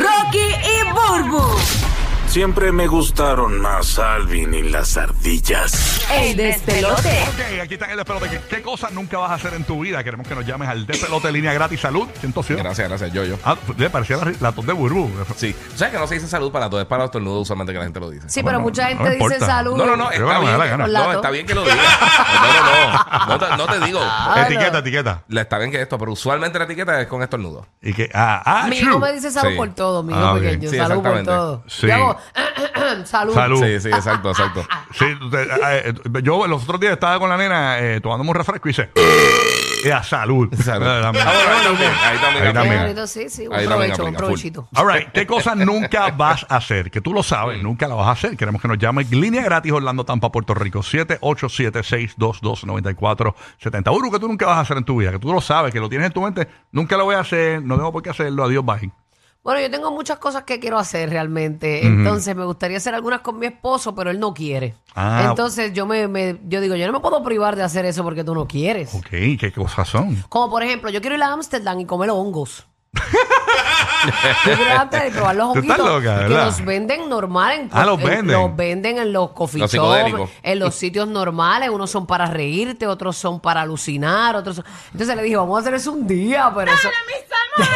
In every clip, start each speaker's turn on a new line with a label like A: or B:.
A: Rocky y Burbu.
B: Siempre me gustaron más Alvin y las ardillas.
A: El despelote.
C: Ok, aquí está el despelote. ¿Qué, qué cosas nunca vas a hacer en tu vida? Queremos que nos llames al despelote línea gratis salud. Siento sí.
D: Gracias, gracias, yo, yo.
C: Ah, le parecía la, la tos de burbu.
D: Sí. O sea que no se dice salud para todos, es para los estornudos usualmente que la gente lo dice.
A: Sí, pero
C: Bueno,
A: mucha
C: no
A: gente
C: me
A: dice
C: importa.
A: salud.
D: No, no, no,
C: Pero
D: está
C: bueno, me da
D: bien.
C: la gana.
D: No, está bien que lo digas. No, no, no. No te, no te digo.
C: Ah, Etiqueta, etiqueta.
D: La- Está bien que esto, pero usualmente la etiqueta es con estornudo.
C: Y que, ah, ah,
A: Mi
C: chu.
A: hijo me dice salud
D: Sí.
A: por todo, mi hijo
C: Ah, ok.
A: pequeño.
D: Sí,
A: salud por
D: exactamente.
A: todo.
C: Sí.
A: Yo hago, salud.
C: Salud.
D: Sí, sí, exacto, exacto.
C: Sí, usted, ah, eh, yo los otros días estaba con la nena eh, tomándome un refresco y hice. Ya, salud.
D: Salud.
C: Ah, también.
D: Ah, bueno, ahí también,
C: Ahí
D: ahí también, ahí
A: Qué
C: también.
D: también.
A: bonito, sí, sí, un
D: Ahí también
A: provecho, un
D: aplica, full.
A: provechito.
C: All right, ¿qué cosas nunca vas a hacer? Que tú lo sabes, nunca la vas a hacer. Queremos que nos llames. Línea gratis Orlando Tampa, Puerto Rico. 787-622-9470. Uru, que tú nunca vas a hacer en tu vida, que tú lo sabes, que lo tienes en tu mente. Nunca lo voy a hacer, no tengo por qué hacerlo. Adiós, bye.
A: Bueno, yo tengo muchas cosas que quiero hacer realmente. Entonces, me gustaría hacer algunas con mi esposo, pero él no quiere.
C: Ah.
A: Entonces, yo me, me- yo digo, yo no me puedo privar de hacer eso porque tú no quieres.
C: Ok, ¿qué cosas son?
A: Como por ejemplo, yo quiero ir a Ámsterdam y comer hongos. yo quiero ir a Ámsterdam y probar los
C: Tú estás
A: honguitos
C: loca,
A: que
C: ¿verdad?
A: los venden normal. En,
C: Ah, los
A: en-
C: venden.
A: los venden en los coffee
D: Los
A: shop,
D: psicodélicos.
A: en los sitios normales. Unos son para reírte, otros son para alucinar, otros son... Entonces le dije, vamos a hacer eso un día, pero eso...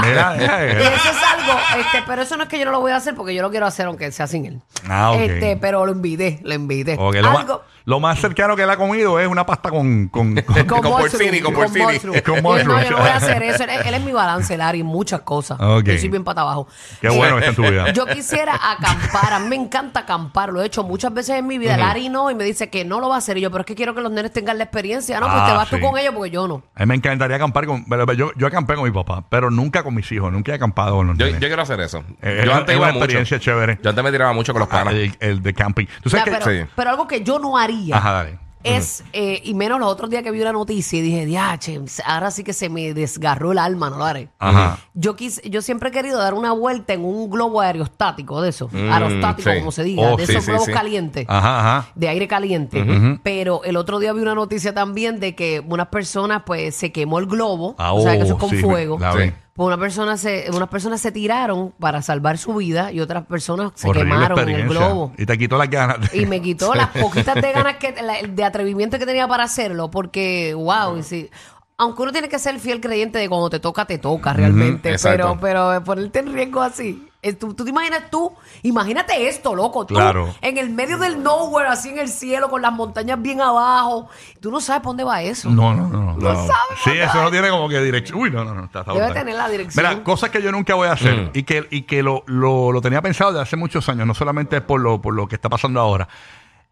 C: Mira, eh, deja
A: Y
C: de-
A: eso es algo, este, pero eso no es que yo no lo voy a hacer porque yo lo quiero hacer aunque sea sin él.
C: Ah, ok.
A: Este, pero lo invité, lo invité.
C: Ok, lo, más,
A: algo
C: lo más cercano que él ha comido es una pasta con... con, con-
A: con,
D: con
A: mushroom,
D: porcini, con porcini.
A: mushroom.
C: Con
A: Y yo,
C: mushroom.
A: No, yo no voy a hacer eso. Él, él es mi balance, Larry, en muchas cosas.
C: Ok.
A: Yo soy bien pata abajo.
C: Qué bueno que está en tu vida.
A: Yo quisiera acampar. A mí me encanta acampar. Lo he hecho muchas veces en mi vida. Larry no, y me dice que no lo va a hacer. Y yo, pero es que quiero que los nenes tengan la experiencia. No, pues
C: Ah,
A: te vas
C: sí.
A: tú con ellos porque yo no.
C: A mí me encantaría acampar con... pero Yo, yo acampé con mi papá, pero nunca con mis hijos, nunca he acampado con los
D: Yo, yo
C: nenes.
D: quiero hacer eso.
C: Eh,
D: yo
C: es
D: antes
C: una
D: iba mucho.
C: experiencia chévere.
D: Yo antes me tiraba mucho con los
C: Ah,
D: panas.
C: el, el de camping. Tú
A: O sea,
C: sabes que...
A: pero,
D: sí.
A: pero algo que yo no haría.
C: Ajá, dale.
A: Es, eh, y menos los otros días que vi una noticia y dije, diache, ahora sí que se me desgarró el alma, no lo haré.
C: Ajá.
A: Yo, quise, yo siempre he querido dar una vuelta en un globo aerostático de esos, aerostático
D: sí.
A: como se diga,
C: Oh,
A: de
C: Mm, sí,
A: esos
D: sí,
A: globos
D: sí.
A: calientes.
C: Ajá, ajá.
A: De aire caliente. Pero el otro día vi una noticia también de que unas personas, pues, se quemó el globo.
C: Ah,
A: o sea, que
C: oh,
A: eso es con
C: sí,
A: fuego.
C: la
D: Sí.
C: vi.
A: Pues una persona se, unas personas se tiraron para salvar su vida y otras personas se
C: Horrible
A: quemaron en el
C: experiencia.
A: globo.
C: Y te quitó las ganas. de-
A: Y me quitó las poquitas de ganas que, la- de atrevimiento que tenía para hacerlo, porque, wow, y si- aunque uno tiene que ser fiel creyente de cuando te toca, te toca realmente. pero,
D: exacto.
A: pero eh, ponerte en riesgo así. eh, Tú, tú te imaginas tú, imagínate esto, loco, tú
C: Claro.
A: en el medio del nowhere, así en el cielo, con las montañas bien abajo. Tú no sabes para dónde va eso.
C: No, no, no. no.
A: sabes,
C: sí, eso no tiene como que dirección. Uy, no, no, no. Está, está
A: Debe
C: brutal.
A: tener la dirección.
C: Mira, cosas que yo nunca voy a hacer y que, y que lo, lo, lo tenía pensado de hace muchos años, no solamente por lo, por lo que está pasando ahora.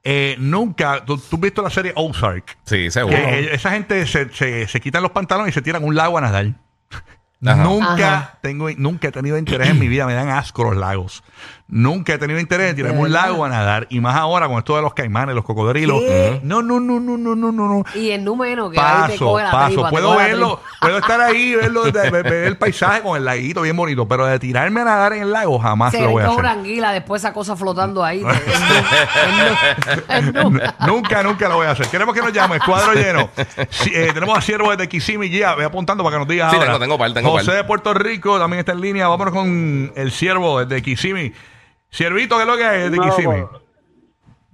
C: Eh, nunca, tú, tú has visto la serie Ozark.
D: Sí, seguro.
C: Que eh, esa gente se, se, se quitan los pantalones y se tiran a un lago a nadar.
D: Ajá.
C: Nunca
A: Ajá.
C: tengo nunca he tenido interés en mi vida, me dan asco los lagos. Nunca he tenido interés en tirarme un lago a nadar y más ahora con esto de los caimanes, los cocodrilos. No, no, no, no, no, no, no, no.
A: Y el número que ahí te
C: Paso,
A: coge la
C: paso.
A: tripa, te
C: Puedo
A: coge la
C: verlo, puedo estar ahí, verlo, de- ver ver el paisaje con el laguito bien bonito, pero de tirarme a nadar en el lago jamás
A: Se
C: Ah, lo voy a
A: le coge una
C: hacer.
A: anguila, después esa cosa flotando ahí. No, no, no.
C: Nunca, nunca lo voy a hacer. Queremos que nos llame, cuadro lleno. Sí, eh, tenemos a Ciervo de Kisimi, guía, ve apuntando para que nos diga
D: Sí,
C: ahora.
D: tengo- tengo par, tengo
C: José
D: par.
C: de Puerto Rico también está en línea. Vámonos con el Ciervo de Kisimi. Ciervito, ¿qué es lo que es de Kisimi?
E: Dímelo,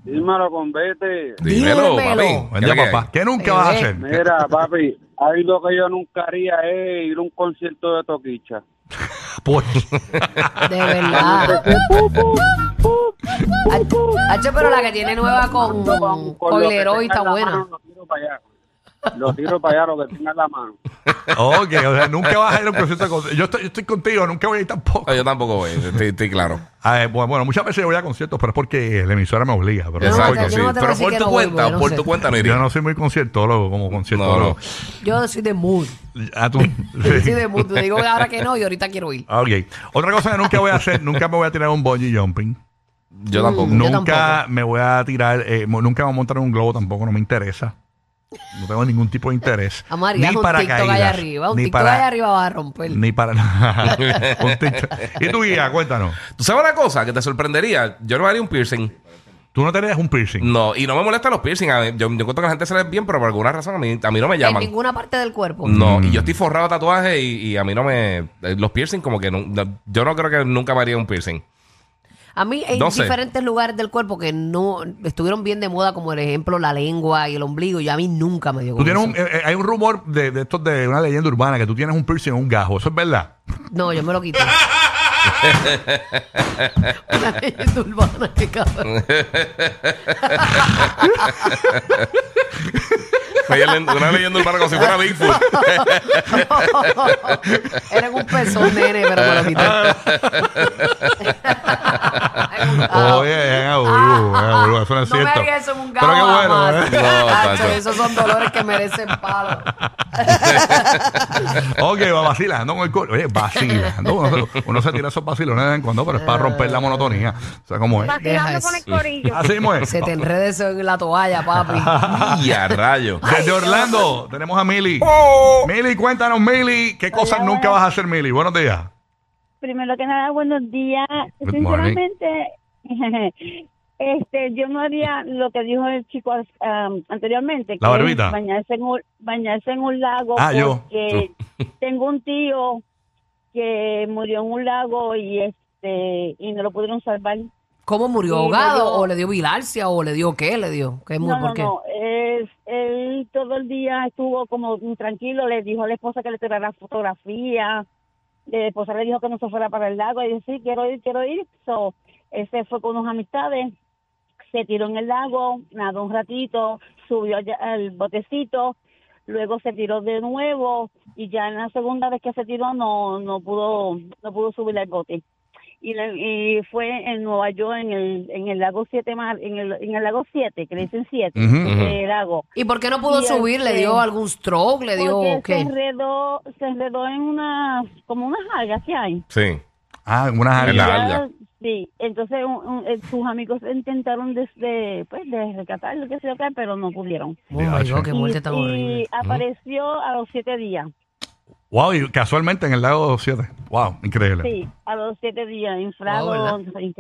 E: Dímelo, convete.
D: Dímelo,
A: Dímelo.
D: papi.
C: Oh, Buen día,
D: ¿Qué es lo que
C: papá.
D: hay?
C: ¿Qué nunca
A: Eh,
C: vas a
A: eh.
C: hacer?
E: Mira, papi, algo que yo nunca haría es ir a un concierto de Toquicha.
C: Pues,
A: De verdad. H, pero la que tiene nueva con, con
E: lo que
A: Leroy
E: tenga
A: está
E: en la
A: buena.
E: mano, lo tiro para allá. Lo tiro para allá, lo que tenga en la mano.
C: Ok, o sea, nunca vas a ir a un concierto de concierto. Yo estoy, yo estoy contigo, nunca voy a ir tampoco.
D: Ah, Yo tampoco voy, estoy, estoy claro.
C: A ver, bueno, bueno, muchas veces voy a conciertos, pero es porque la emisora me obliga. Pero no
D: Exacto,
C: porque-
A: yo
D: sí.
A: no te voy a
D: Pero
A: decir
D: por
A: que
D: tu
A: no
D: cuenta,
A: vuelvo, yo no
D: por
A: sé.
D: tu cuenta no
C: yo
D: iría.
C: no soy muy conciertólogo como
D: No,
C: conciertólogo.
D: no.
A: Yo soy de mood.
C: Ah, tú-
A: Yo
C: sí.
A: soy de mood. Te digo ahora que no y ahorita quiero ir.
C: Ah, Ok. Otra cosa que nunca voy a hacer, nunca me voy a tirar un bungee jumping.
D: Yo tampoco.
A: No.
C: Nunca
A: tampoco.
C: me voy a tirar, eh, mo- nunca me voy a montar en un globo tampoco, no me interesa. No tengo ningún tipo de interés.
A: Amarillas, un TikTok allá arriba. Un
C: ni
A: TikTok
C: para-
A: allá arriba va a romper.
C: Ni para Un TikTok. ¿Y tu guía? Cuéntanos.
D: ¿Tú sabes una cosa que te sorprendería? Yo no me haría un piercing.
C: ¿Tú no tenías un piercing?
D: No, y no me molestan los piercings. A mí- Yo, yo encuentro que a la gente se le ve bien, pero por alguna razón a mí, a mí no me
A: En
D: llaman. Mm.
A: ninguna parte del cuerpo.
D: No,
C: Mm.
D: y yo estoy forrado de tatuajes y, y a mí no me... eh, Los piercings como que... nun- no- yo no creo que nunca me haría un piercing.
A: A mí en
D: No sé.
A: diferentes lugares del cuerpo que no estuvieron bien de moda, como por ejemplo la lengua y el ombligo, y a mí nunca me dio
C: Tú
A: con
C: tienes
A: eso.
C: un, eh, eh, hay un rumor de, de estos de una leyenda urbana que tú tienes un piercing en un gajo. ¿Eso es verdad?
A: No, yo me lo quité. Una leyenda urbana, qué cabrón.
D: Una leyenda- una leyenda urbana como si fuera Bigfoot.
A: Eres un pezón, nene, pero me lo quité. Era un gajo.
C: Oye, eh, boludo, eh, boludo, eso no es
A: Ah. no me
C: cierto.
A: haría eso en un
C: Pero qué
A: gajo
C: bueno.
A: jamás.
C: ¿eh?
D: No,
A: Tacho,
D: tacho.
A: esos son dolores que merecen palo.
C: Ok, va vacilando con el culo. Oye, vacilando. Uno, se- uno se tira esos vacilones de vez en cuando, pero es para romper la monotonía. O sea, como es.
A: Deja
F: Ah. Vacilando
A: eso.
F: con el corillo.
C: Así mismo es.
A: Se te enreda eso en la toalla, papi.
D: y a rayo.
C: Desde Orlando tenemos a Mili.
D: Oh.
C: Mili, cuéntanos, Mili, ¿qué cosas
F: Hola,
C: nunca
F: buenas.
C: vas a hacer, Mili? Buenos días.
F: Primero que nada, buenos días.
C: Good
F: Sinceramente, este, yo no haría lo que dijo el chico um, anteriormente. que
C: La barbita.
F: es Bañarse en un, bañarse en un lago.
C: Ah, yo.
F: porque tengo un tío que murió en un lago y este y no lo pudieron salvar.
A: ¿Cómo murió
F: Sí,
A: ahogado?
F: murió.
A: ¿O le dio bilarcia? ¿O le dio qué? ¿Le dio? ¿Qué murió?
F: No,
A: ¿Por
F: no,
A: qué?
F: no. Es- él todo el día estuvo como mm, tranquilo. Le dijo a la esposa que le tirara fotografía. La esposa le dijo que no se fuera para el lago. Y dice, sí, quiero ir, quiero ir. So, él se fue con unas amistades. Se tiró en el lago, nadó un ratito, subió allá al botecito. Luego se tiró de nuevo y ya en la segunda vez que se tiró no no pudo no pudo subir al bote y, la- y fue en Nueva York en el en el lago 7 mar en el en el lago 7 que le dicen 7
C: Ujú,
F: el lago
A: ¿Y por qué no pudo
F: Y
A: subir? ¿Le
F: este-
A: dio algún stroke? ¿Le dio
F: porque este se
A: qué?
F: enredó se enredó en unas como unas algas que hay
D: Sí.
C: Ah, unas
D: En la-
C: áreas.
F: Ya,
D: alga.
F: sí entonces un- un- eh, sus amigos intentaron de, de, pues de rescatarlo qué sé yo qué, pero no pudieron
A: Oh, my God, qué
F: y,
A: muerte tan
F: y
A: horrible.
F: apareció a los siete días
C: Wow, y casualmente en el lago 7. Wow, increíble.
F: sí a los siete días
A: Wow, Oh,
F: inflado
A: ¿verdad?
F: sí.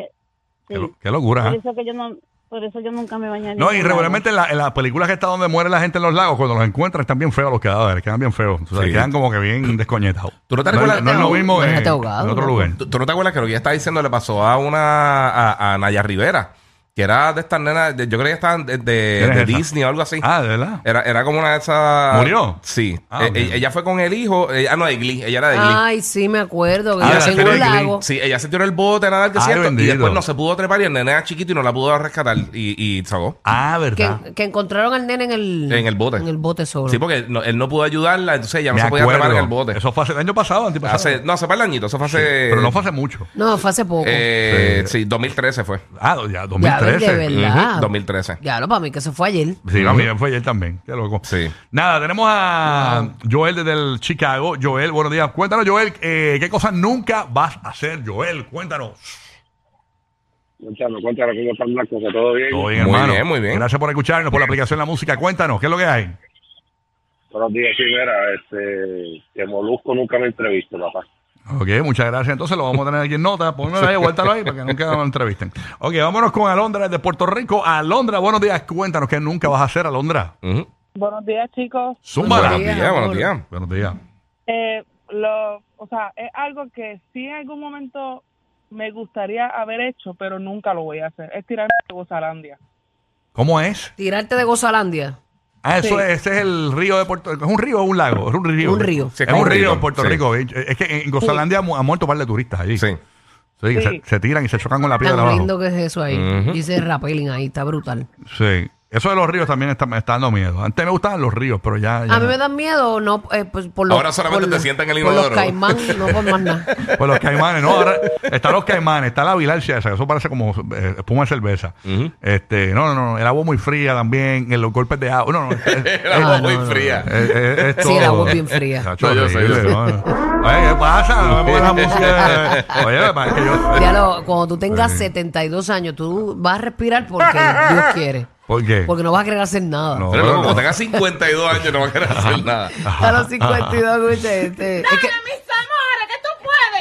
C: Qué, lo- qué locura.
F: por
C: ¿eh?
F: eso que yo no por eso yo nunca me bañé en
C: No, y
F: ningún lago.
C: regularmente en, la- en las películas que está donde muere la gente en los lagos, cuando los encuentran, están bien feos los cadáveres, quedan bien feos. O sea,
D: Sí.
C: quedan como que bien descoñetados.
D: ¿Tú no te
C: no,
D: recuerdas-
C: no es lo mismo en,
A: Déjate ahogado,
C: en otro
A: loco.
C: lugar.
D: ¿Tú, tú este no te acuerdas que lo que ella estaba diciendo le pasó a una... A, a Naya Rivera? Que era de estas nenas... de- yo creo que estaban de, de-
C: ¿Quién es
D: de
C: esa?
D: Disney o algo así.
C: Ah, ¿de verdad?
D: Era, era como una de esas...
C: ¿Murió?
D: Sí.
C: Ah,
D: Eh,
C: ok.
D: eh, Ella fue con el hijo... eh, ah, no, de Glee. Ella era de Glee.
A: Ay, sí, me acuerdo. Que
C: Ah,
A: yo
C: la
A: tengo
C: serie
A: un
C: de Glee.
A: lago.
D: Sí, ella se tiró el bote, nada, que
C: Ay,
D: cierto. Y
C: bendito.
D: después no se pudo trepar y el nene era chiquito y no la pudo rescatar y, y se ahogó.
C: Ah, ¿verdad?
A: Que, que encontraron al nene en el,
D: En el bote.
A: En el bote solo.
D: Sí, porque no- él no pudo ayudarla, entonces ella no
C: Me
D: se podía trepar en
C: acuerdo.
D: el bote.
C: Eso fue hace- el año pasado, antepasado.
D: Hace, no, hace par de añitos, eso fue hace...
C: Pero no fue hace mucho.
A: no, fue hace poco.
D: eh, sí. 2013 fue.
C: Ah, ya, 2013.
A: ya, ves, de verdad.
D: Ujú, 2013.
A: Ya, lo para mí, que se fue ayer.
C: Sí, no, mira, fue ayer también. Qué loco.
D: Sí.
C: Nada, tenemos a Joel desde el Chicago. Joel, buenos días. Cuéntanos, Joel, eh, ¿qué cosas nunca vas a hacer, Joel? Cuéntanos.
E: Cuéntalo, cuéntalo, ¿cómo están las cosas? ¿Todo bien?
C: Todo bien,
D: Muy
C: hermano.
D: bien, muy bien.
C: Gracias por escucharnos, por la aplicación La Música. Cuéntanos, ¿qué es lo que hay?
E: Buenos días, sí, mira, este, que Molusco nunca me entrevistó, papá.
C: Ok, muchas gracias. Entonces lo vamos a tener aquí en nota. Pónmelo ahí, vuéltalo ahí para que nunca nos entrevisten. Ok, vámonos con Alondra desde Puerto Rico. Alondra, buenos días. Cuéntanos, ¿qué nunca vas a hacer, Alondra?
D: Ujú.
G: Buenos días, chicos.
C: Zúmbala.
D: Buenos días, buenos días.
C: Buenos días.
G: Eh, lo, o sea, es algo que sí en algún momento me gustaría haber hecho, pero nunca lo voy a hacer. Es tirarme de Gozalandia.
C: ¿Cómo es?
A: Tirarte de Gozalandia.
C: Ah, eso
G: Sí.
C: es, ese es el río de Puerto Rico. ¿Es un río o un lago? Es un río.
A: Un río.
D: Sí,
C: es un río en Puerto
D: sí.
C: Rico. eh. Es que en Gozalandia mu- han muerto un par de turistas allí.
D: Sí.
C: Sí, que
G: Sí.
C: Se, se tiran y se chocan con la piedra
A: Tan
C: abajo.
A: lindo que es eso ahí.
D: Ujú.
A: Dice rappelling ahí, está brutal.
C: Sí. Eso de los ríos también está, me está dando miedo. Antes me gustaban los ríos, pero ya. ya
A: A mí
C: no.
A: me dan miedo, no, eh, pues, por los,
D: Ahora solamente
A: por
D: te
A: los-
D: sientan en el
A: por los
D: inodoro.
A: caimán, no por más nada.
C: Pues los caimanes, no, ahora están los caimanes, está la vilarcia esa, eso parece como eh, espuma de cerveza. Este, no, no, no, el agua muy fría también, en los golpes de agua. No, no, es- es-
D: El agua
A: Ah,
D: muy
A: no, no,
D: fría.
C: es- es- es
A: Sí, el
C: todo.
A: agua es bien fría.
C: Chacho,
D: No, yo sé, yo
C: horrible,
D: sé.
C: no, no. Oye, ¿qué pasa? No me pongas la música. eh. Oye, me parece que yo.
A: Ya lo- cuando tú tengas 72 años, tú vas a respirar porque Dios quiere.
C: ¿Por qué?
A: Porque no vas a querer hacer nada.
C: No.
D: Pero loco, como tengas 52 años no vas a querer hacer nada.
A: A los 52, escucha este. Es que-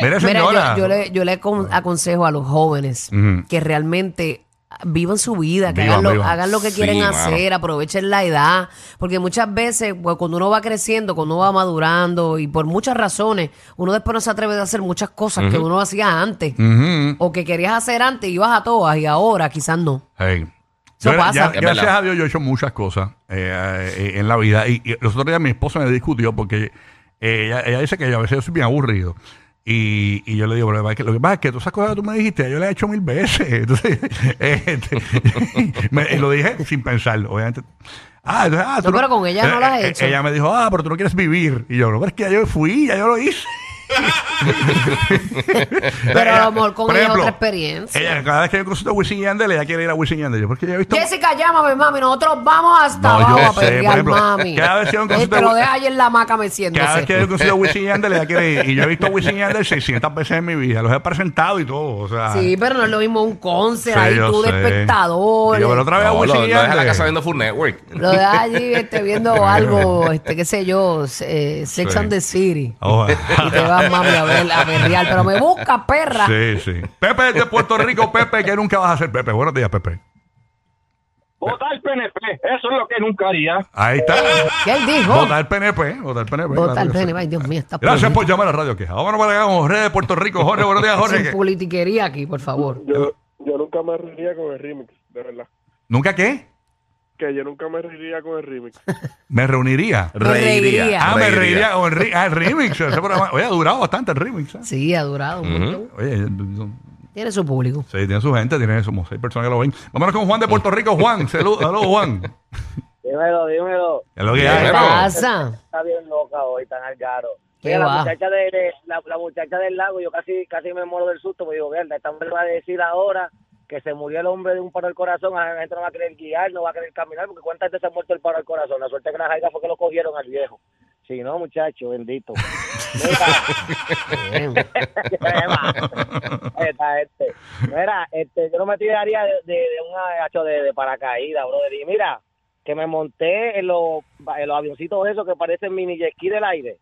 C: Mira,
A: Mira,
C: señora.
A: yo, yo le, yo le acon- aconsejo a los jóvenes
C: Ujú.
A: que realmente vivan su vida, que
C: Vivan,
A: hagan, lo,
C: vivan.
A: hagan lo que
D: Sí,
A: quieren
D: mano.
A: hacer, aprovechen la edad, porque muchas veces pues, cuando uno va creciendo, cuando uno va madurando y por muchas razones, uno después no se atreve a hacer muchas cosas que uno hacía antes
C: Mm. Ujú.
A: o que querías hacer antes, ibas a todas y ahora quizás no.
C: Hey.
A: Eso
C: Yo,
A: pasa.
C: ya-
A: Es
C: gracias
D: verdad.
C: a Dios yo he hecho muchas cosas eh, eh, en la vida. Y, y los otros días mi esposa me discutió porque eh, ella, ella dice que yo a veces yo soy bien aburrido. Y, y yo le digo, pero es que lo que pasa es que todas esas cosas que tú me dijiste, yo las he hecho mil veces. Entonces, este, me- y lo dije sin pensarlo, obviamente. Ah, entonces, ah, tú
A: No, pero con ella no
C: Eh,
A: lo has
C: eh,
A: hecho.
C: Ella me dijo, ah, pero tú no quieres vivir. Y yo, no, pero es que ya yo fui, ya yo lo hice.
A: Pero a lo mejor con
C: Por
A: ella es
C: ejemplo,
A: otra experiencia.
C: Ella, cada vez que yo cruzo de Wisin y Yandel, ella quiere ir a Wisin y Yandel. Yo, porque yo he visto...
A: Jessica, llámame, mami. Nosotros vamos hasta
C: No, yo
A: abajo a
C: sé, por
A: pelear,
C: ejemplo,
A: mami.
C: cada vez que hay un
A: Él
C: concierto
A: te lo
C: de-
A: deja ahí en la maca meciéndose.
C: Cada vez que yo consigo a Wisin y Yandel, ella quiere ir. Y yo he visto a Wisin y Yandel 600 veces en mi vida. Los he presentado y todo. O sea,
A: Sí, pero no es lo mismo un concert
C: Sí,
A: ahí
C: yo
A: tú de
C: sé.
A: espectador. eh,
C: Digo, pero otra vez a
D: No, lo,
C: Wisin
D: lo
C: y
D: deja en la
C: Yandel.
D: casa viendo Full Network.
A: Lo de allí este, viendo algo, este, qué sé yo, eh, Sex
C: Sí.
A: and the City.
C: Ojalá.
A: Y te vas, mami, a ver, a berrear. Pero me busca, perra.
C: Sí, sí. Pepe de Puerto Rico, Pepe, que nunca vas a ser Pepe. Buenos días, Pepe.
E: Votar PNP, eso es lo que nunca haría.
C: Ahí está.
A: ¿Qué él dijo?
C: Votar el PNP. Votar el PNP. claro
A: Vota al
C: que sí.
A: pene. Ay, Dios mío, está
C: Gracias por llamar a Radio Queja. Vámonos para acá con Jorge de Puerto Rico. Jorge, buenos días, Jorge.
A: Sin politiquería aquí, por favor.
H: Yo, yo nunca me reiría con el remix, de verdad.
C: ¿Nunca qué?
H: Que yo nunca me reiría con el remix.
C: Me reuniría.
A: Reiría.
C: Ah, me reiría con el, re- ah, el remix. Ese programa- Oye, ha durado bastante el remix. ¿eh?
A: Sí, ha durado un montón.
C: Oye,
A: Tiene su público.
C: Sí, tiene su gente, tiene como seis personas que lo ven. Vámonos con Juan de Puerto Rico. Juan, saludos, Juan.
E: Dímelo, dímelo.
C: Es lo que
D: Bien,
A: ¿Qué
C: hay.
D: Pero-
A: pasa?
E: Está bien loca hoy, tan al garo.
A: ¿Qué
E: Mira,
A: va?
E: la muchacha, de, de- la, la muchacha del lago, Ah, pues yo casi casi me muero del susto, porque digo, verdad, esta mujer va a decir ahora que se murió el hombre de un paro al corazón, a la gente no va a querer guiar, no va a querer caminar, porque cuántas veces se ha muerto el paro al corazón. La suerte que la jaiga fue que lo cogieron al viejo. Si no, muchacho, bendito.
A: Bien.
E: Esta, este. Mira, este, yo no me tiraría de, de, de una hacho de, de paracaídas, brother. Y mira, que me monté en los, en los avioncitos esos que parecen mini jet ski del aire.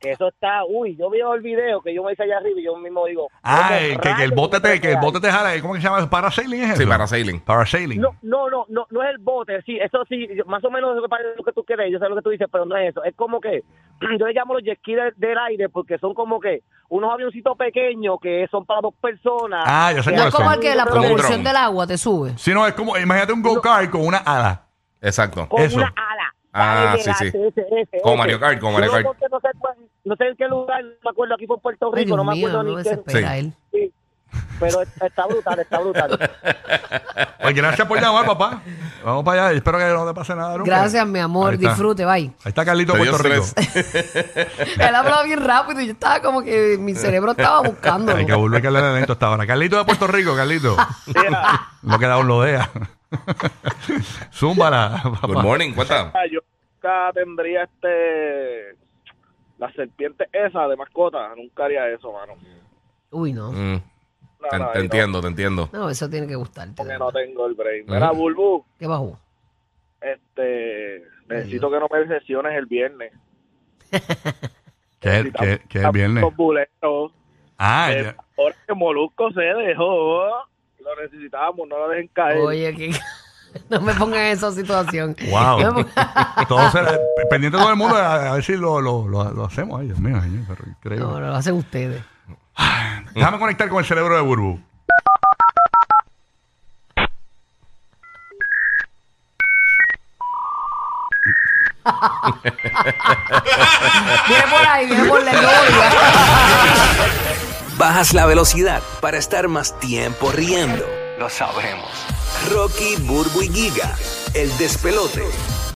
E: Que eso está, uy, yo veo el video que yo me hice allá arriba y yo mismo digo.
C: Ah,
E: ¿cómo
C: eh, que, que el
E: rayos
C: bote
E: yo
C: te,
E: me
C: que el
E: quedé
C: bote te jala. eh, ¿Cómo que se llama? ¿Parasailing es eso?
D: Sí, parasailing.
C: Parasailing.
E: no, no, no, no, no es el bote, sí, eso sí, yo- más o menos eso parece lo que tú quieres, yo sé lo que tú dices, pero no es eso, es como que, yo le llamo los jet ski del, del aire porque son como que unos avioncitos pequeños que son para dos personas.
C: Ah, ya sé
E: Que
A: No
C: cuál
E: hay-
A: es como
C: son.
A: el que la
D: Como un
A: propulsión
D: dron.
A: del agua te sube.
C: Si no, es como, imagínate un go-kart con una ala.
D: Exacto.
E: con
C: Eso.
E: una ala.
D: Ah,
E: Dale,
D: sí, sí.
E: dale, ese, ese,
D: Como
E: ese.
D: Mario Kart, como Mario
E: Yo
D: Kart.
E: No, sé- no sé, cuál- no sé en qué lugar, no me acuerdo, aquí fue en Puerto
A: Ay,
E: Rico,
A: Dios
E: no me
A: mío,
E: acuerdo
A: no
E: ni qué.
A: desespera
D: Sí.
A: él.
E: Sí, pero está brutal, está brutal.
C: Pues gracias por llamar, papá. Vamos para allá. Espero que no te pase nada nunca.
A: Gracias, mi amor.
C: Ahí está.
A: Disfrute, bye.
C: Ahí está Carlito
D: Te
C: de
D: dio
C: Puerto Rico.
D: estrés.
A: Él hablaba bien rápido y yo estaba como que mi cerebro estaba buscándolo.
C: Hay que volver que hablar lento hasta ahora. Carlito de Puerto Rico, Carlito. No queda un lodea. Zúmbala, papá.
D: Good morning, cuenta.
H: ah, yo nunca tendría este. La serpiente esa de mascota. Nunca haría eso, mano.
A: Uy, no.
D: Mm,
H: No,
D: te,
H: no,
D: te
H: yo
D: entiendo, te entiendo.
A: No, eso tiene que gustarte.
H: no,
A: de
H: porque
A: verdad.
H: no tengo el brain.
D: Ujú.
H: Mira, Bulbu,
A: ¿Qué bajó?
H: este. Necesito que no me decepciones el viernes.
C: Que, que, que es viernes.
H: Los buleros.
C: Ah,
H: Eh,
C: ya.
H: Ahora que Molusco se dejó. Lo necesitábamos, no lo dejen caer.
A: Oye, que no me pongan en esa situación.
C: Wow.
A: No pues, me pongan-
C: Todo será- pendiente todo el mundo a, a ver si lo, lo, lo, lo hacemos. Ay, Dios mío, señor, pero increíble.
A: No, no, lo hacen ustedes.
C: Déjame conectar con el cerebro de Burbu.
A: Viene por ahí, viene por la gloria.
I: Bajas la velocidad para estar más tiempo riendo. Lo sabemos. Rocky, Burbu y Giga
E: El despelote.